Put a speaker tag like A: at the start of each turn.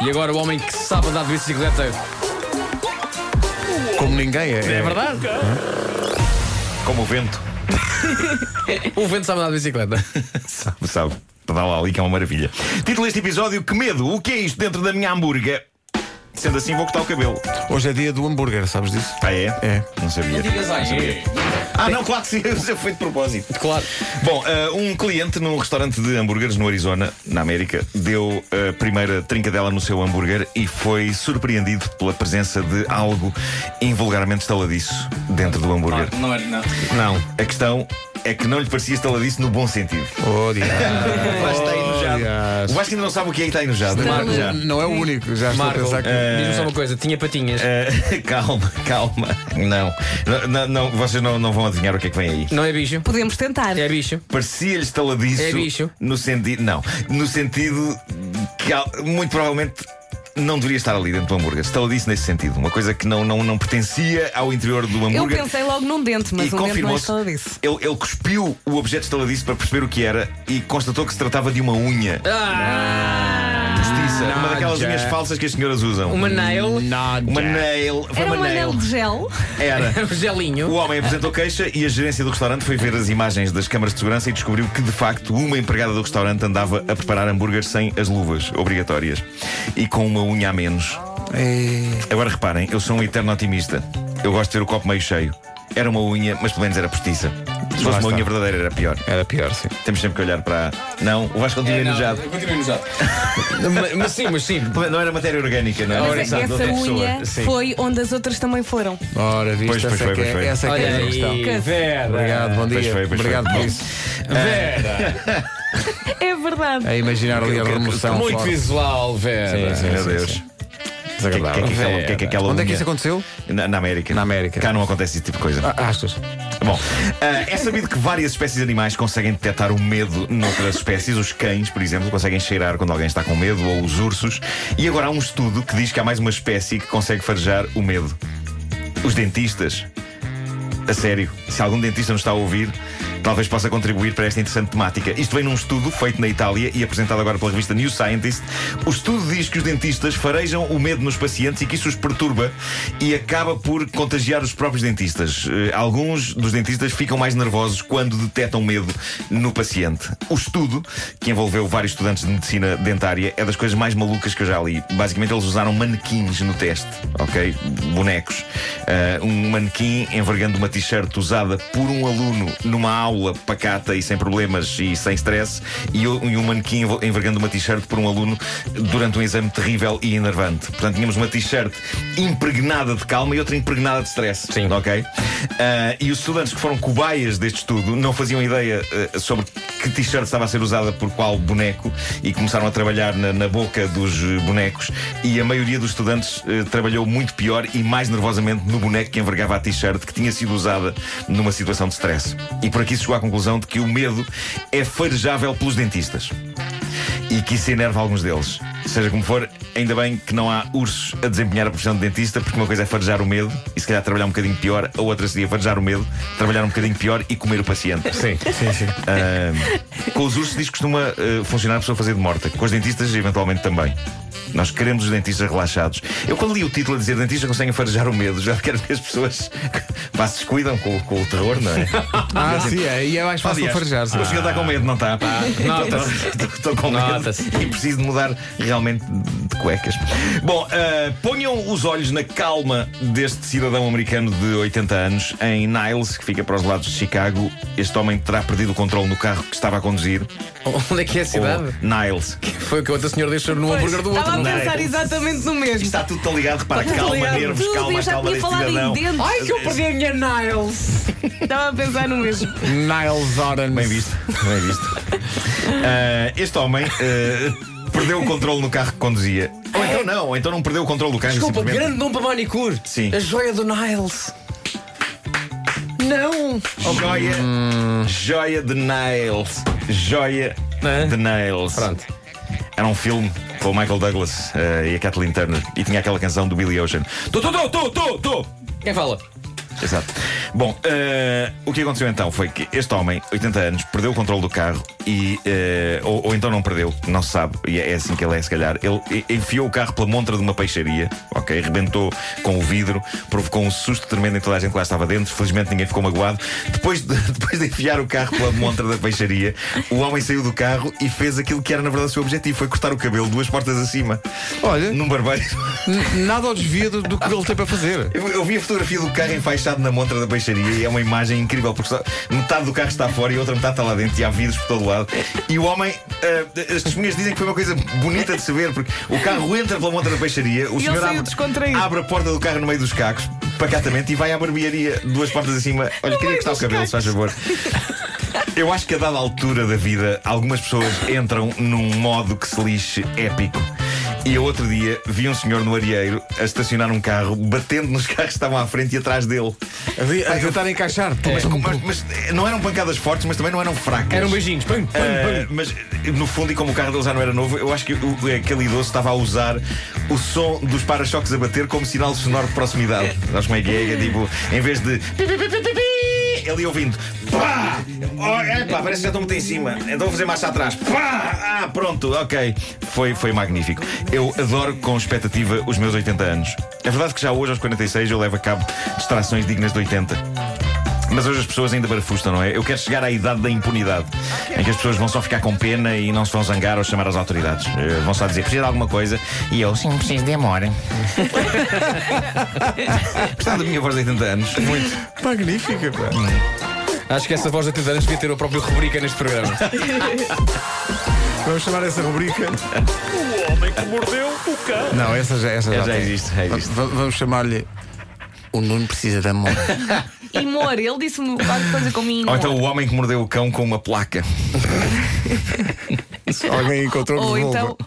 A: E agora o homem que sabe andar de bicicleta.
B: Como ninguém é.
A: É verdade?
C: Como o vento.
A: O vento sabe andar de bicicleta.
C: Sabe, sabe. Dá lá ali que é uma maravilha. Título deste episódio: Que medo! O que é isto dentro da minha hambúrguer? Sendo assim, vou cortar o cabelo.
B: Hoje é dia do hambúrguer, sabes disso?
C: Ah, é?
B: É.
C: Não sabia. Não sabia. Ah, não, claro que sim. Isso foi de propósito.
A: é Claro.
C: Bom, eh, um cliente num restaurante de hambúrgueres no Arizona, na América, deu a primeira trincadela no seu hambúrguer e foi surpreendido pela presença de algo invulgarmente estaladiço dentro do hambúrguer.
A: Não é, não.
C: Não. A questão é que não lhe parecia estaladiço no bom sentido.
B: Oh, diabo.
C: O Vasco está
B: aliás.
C: enojado. O Vasco ainda não sabe o que é e está enojado.
B: Marco,
C: Já.
B: não é o único, já estou
A: Marco,
B: a pensar que.
A: eh, diz-me só uma coisa: tinha patinhas.
C: Eh, calma, calma. Não. Não, não, não, vocês não, não vão adivinhar o que é que vem aí.
A: Não é bicho?
D: Podemos tentar.
A: É bicho.
C: Parecia-lhe estaladiço.
A: É bicho.
C: No sentido. Não. No sentido que al- muito provavelmente. Não deveria estar ali dentro do hambúrguer. Estaladiço nesse sentido. Uma coisa que não, não, não pertencia ao interior do hambúrguer.
D: Eu pensei logo num dente, mas
C: e
D: um dente não é
C: confirmou-se.
D: estaladiço.
C: Ele, ele cuspiu o objeto estaladiço para perceber o que era e constatou que se tratava de uma unha.
A: Ah,
C: Postiça. uma daquelas
A: já.
C: unhas falsas que as senhoras usam.
A: uma nail.
C: Uma nail. Foi
D: Era
C: uma
D: um anel
C: nail.
D: de gel.
C: Era.
A: Um gelinho.
C: O homem apresentou queixa e a gerência do restaurante foi ver as imagens das câmaras de segurança e descobriu que, de facto, uma empregada do restaurante andava a preparar hambúrgueres sem as luvas obrigatórias e com uma unha a menos. Agora reparem, eu sou um eterno otimista. Eu gosto de ver o copo meio cheio. Era uma unha, mas pelo menos era postiça. Se
B: Lá está.
C: fosse uma unha verdadeira, era pior.
B: Era pior, sim.
C: Temos sempre que olhar para. Não, o Vasco
D: É,
C: continua enojado.
A: Continua enojado. mas, mas sim, mas sim.
C: Não era matéria orgânica, não era?
D: Mas é que
C: Sabe, de
D: essa
C: outra pessoa.
D: unha
C: Sim.
D: foi onde as outras também foram.
B: Ora, viste,
C: Pois, pois
B: essa, é
C: foi,
B: que
C: pois
B: é,
C: foi.
B: essa é que é
A: Olha
B: a
A: aí,
B: questão.
A: Vera.
B: Obrigado, bom dia.
C: Pois foi, pois foi.
B: Obrigado por
C: Bom.
B: isso.
A: Vera.
D: É verdade.
B: A imaginar ali a remoção.
A: Muito
B: forte.
A: visual, Vera.
B: então, Sim, sim.
C: Meu Deus. O que, é- que, é
B: Desagradável.
C: que aquela- o que é que aquela
B: Onde é que
C: unha-
B: isso aconteceu?
C: Na, na América.
B: Na América.
C: Cá não acontece esse tipo de coisa.
B: Ah, Achas?
C: Bom, ah, é sabido que várias espécies de animais conseguem detectar o medo noutras espécies. Os cães, por exemplo, conseguem cheirar quando alguém está com medo, ou os ursos. E agora há um estudo que diz que há mais uma espécie que consegue farejar o medo: os dentistas. A sério, se algum dentista nos está a ouvir, talvez possa contribuir para esta interessante temática. Isto vem num estudo feito na Itália e apresentado agora pela revista New Scientist. O estudo diz que os dentistas farejam o medo nos pacientes e que isso os perturba e acaba por contagiar os próprios dentistas. Eh, Alguns dos dentistas ficam mais nervosos quando detectam medo no paciente. O estudo, que envolveu vários estudantes de medicina dentária, é das coisas mais malucas que eu já li. Basicamente, eles usaram manequins no teste, ok? Bonecos. Ah, um manequim envergando uma t-shirt usada por um aluno numa aula pacata e sem problemas e sem stress, e o- e um manequim envo- envergando uma t-shirt por um aluno durante um exame terrível e enervante. Portanto, tínhamos uma t-shirt impregnada de calma e outra impregnada de stress.
A: Sim.
C: Ok? Ah, e os estudantes que foram cobaias deste estudo não faziam ideia ah, sobre que t-shirt estava a ser usada por qual boneco e começaram a trabalhar na, na boca dos eh, bonecos. E a maioria dos estudantes eh, trabalhou muito pior e mais nervosamente no boneco que envergava a t-shirt que tinha sido usada numa situação de stress. E por aqui se chegou à conclusão de que o medo é farejável pelos dentistas e que isso enerva alguns deles. Seja como for, ainda bem que não há ursos a desempenhar a profissão de dentista, porque uma coisa é farejar o medo e se calhar trabalhar um bocadinho pior, a outra seria farejar o medo, trabalhar um bocadinho pior e comer o paciente.
A: Sim, sim, sim.
C: Ahm, com os ursos diz que costuma eh, funcionar a pessoa fazer de morta, com os dentistas eventualmente também. Nós queremos os dentistas relaxados. Eu quando li o título a dizer dentistas conseguem farejar o medo, já quero que as pessoas pá, se descuidam com, com o terror, não é?
B: Ah, sim, aí é mais fácil
C: Aliás,
B: farejar. sim.
C: O senhor está com medo, não tá? Então, está? Pá, estou com medo
A: Nota-se.
C: e preciso de mudar realmente de cuecas. Bom, ah, ponham os olhos na calma deste cidadão americano de 80 anos em Niles, que fica para os lados de Chicago. Este homem terá perdido o controle no carro que estava a conduzir.
A: Onde é que é a cidade?
C: Ou Niles. Que
A: Foi o que a outra senhora deixou no hambúrguer do outro.
D: Estava a
A: não é?
D: pensar exatamente no mesmo.
C: Está tudo tão ligado, repara,
D: Está
C: calma,
D: ligado.
C: nervos,
D: Tudo,
C: calma,
D: eu já
C: calma
D: tinha
C: deste
D: falado em
C: cidadão.
D: dentes.
A: Ai, que eu perdi a minha Niles.
D: Estava a pensar no mesmo.
B: Niles Orange.
C: Bem visto, bem visto. Ah, este homem ah, perdeu o controle no carro que conduzia. Ou então não, ou então não perdeu o controle do carro.
A: Desculpa,
C: simplesmente-
A: grande nome para manicure.
C: Sim.
A: A joia do Niles. Não.
C: Joia,
A: Hum.
C: joia de Niles. Joia
A: É?
C: de Niles.
A: Pronto.
C: Era um filme com o Michael Douglas eh, e a Kathleen Turner. E tinha aquela canção do Billy Ocean. Tô, tô, tô, tô, tô, tô.
A: Quem fala?
C: Exato. Bom, eh, o que aconteceu então foi que este homem, 80 anos, perdeu o controle do carro e. eh, ou, ou então não perdeu, não se sabe, e é assim que ele é, se calhar. Ele e- enfiou o carro pela montra de uma peixaria, ok? Rebentou com o vidro, provocou um susto tremendo em toda a gente que lá estava dentro. Felizmente ninguém ficou magoado. Depois de, depois de enfiar o carro pela montra da peixaria, o homem saiu do carro e fez aquilo que era na verdade o seu objetivo: foi cortar o cabelo duas portas acima.
B: Olha.
C: Num barbeiro.
B: N- Nada ao desvio do, do que ele tem para fazer.
C: Eu, eu vi a fotografia do carro enfaixado na montra da peixaria e é uma imagem incrível, porque só- metade do carro está fora e a outra metade está lá dentro e há vidros por todo lado. E o homem, eh, as testemunhas dizem que foi uma coisa bonita de se ver, porque o carro entra pela montra da peixaria, o
D: ele
C: senhor
D: saiu
C: abre,
D: descontraído.
C: abre a porta do carro no meio dos cacos, pacatamente, e vai à barbearia, duas portas acima. Olha, queria que está o
D: dos
C: cabelo, se faz favor. Eu acho que a dada altura da vida, algumas pessoas entram num modo que se lixe épico. E eu outro dia vi um senhor no areeiro a estacionar um carro, batendo nos carros que estavam à frente e atrás dele.
B: Ali, A tentar encaixar.
C: Mas, mas- mas, eh, não eram pancadas fortes, mas também não eram fracas.
A: Eram beijinhos. Pum, pum,
C: Eh,
A: pum.
C: mas eh, no fundo, e como o carro dele já não era novo, eu acho que o- aquele idoso estava a usar o som dos para-choques a bater como sinal sonoro de proximidade. Sabes como é que é? É tipo, em vez de. pi, pi, pi, pi, pi, pi, Ele ia ouvindo. Pá! Oh, epá, parece que já estou muito em cima. Então vou fazer marcha atrás. Pá! Ah, pronto, ok. Foi, foi magnífico. Eu adoro com expectativa os meus 80 anos. É verdade que já hoje, aos 46, eu levo a cabo distrações dignas de 80. Mas hoje as pessoas ainda barafustam, não é? Eu quero chegar à idade da impunidade, em que as pessoas vão só ficar com pena e não se vão zangar ou chamar as autoridades. Eh, vão só dizer, precisa de alguma coisa, e eu, sim, preciso de amor. Gostava da minha voz de 80 anos. Muito.
B: Magnífica, pá.
A: Acho que essa voz de 80 anos devia ter a própria rubrica neste programa.
B: Vamos chamar essa rubrica.
E: O homem que mordeu o cão.
B: Não, essa já, essa já,
C: Já,
B: tem.
C: existe, já existe.
B: Va- Vamos chamar-lhe. O Nuno precisa de amor.
D: E Mor, ele disse-me qualquer coisa com mim.
C: Ou então o homem que mordeu o cão com uma placa.
B: Se alguém encontrou
D: Ou
B: devolva.
D: então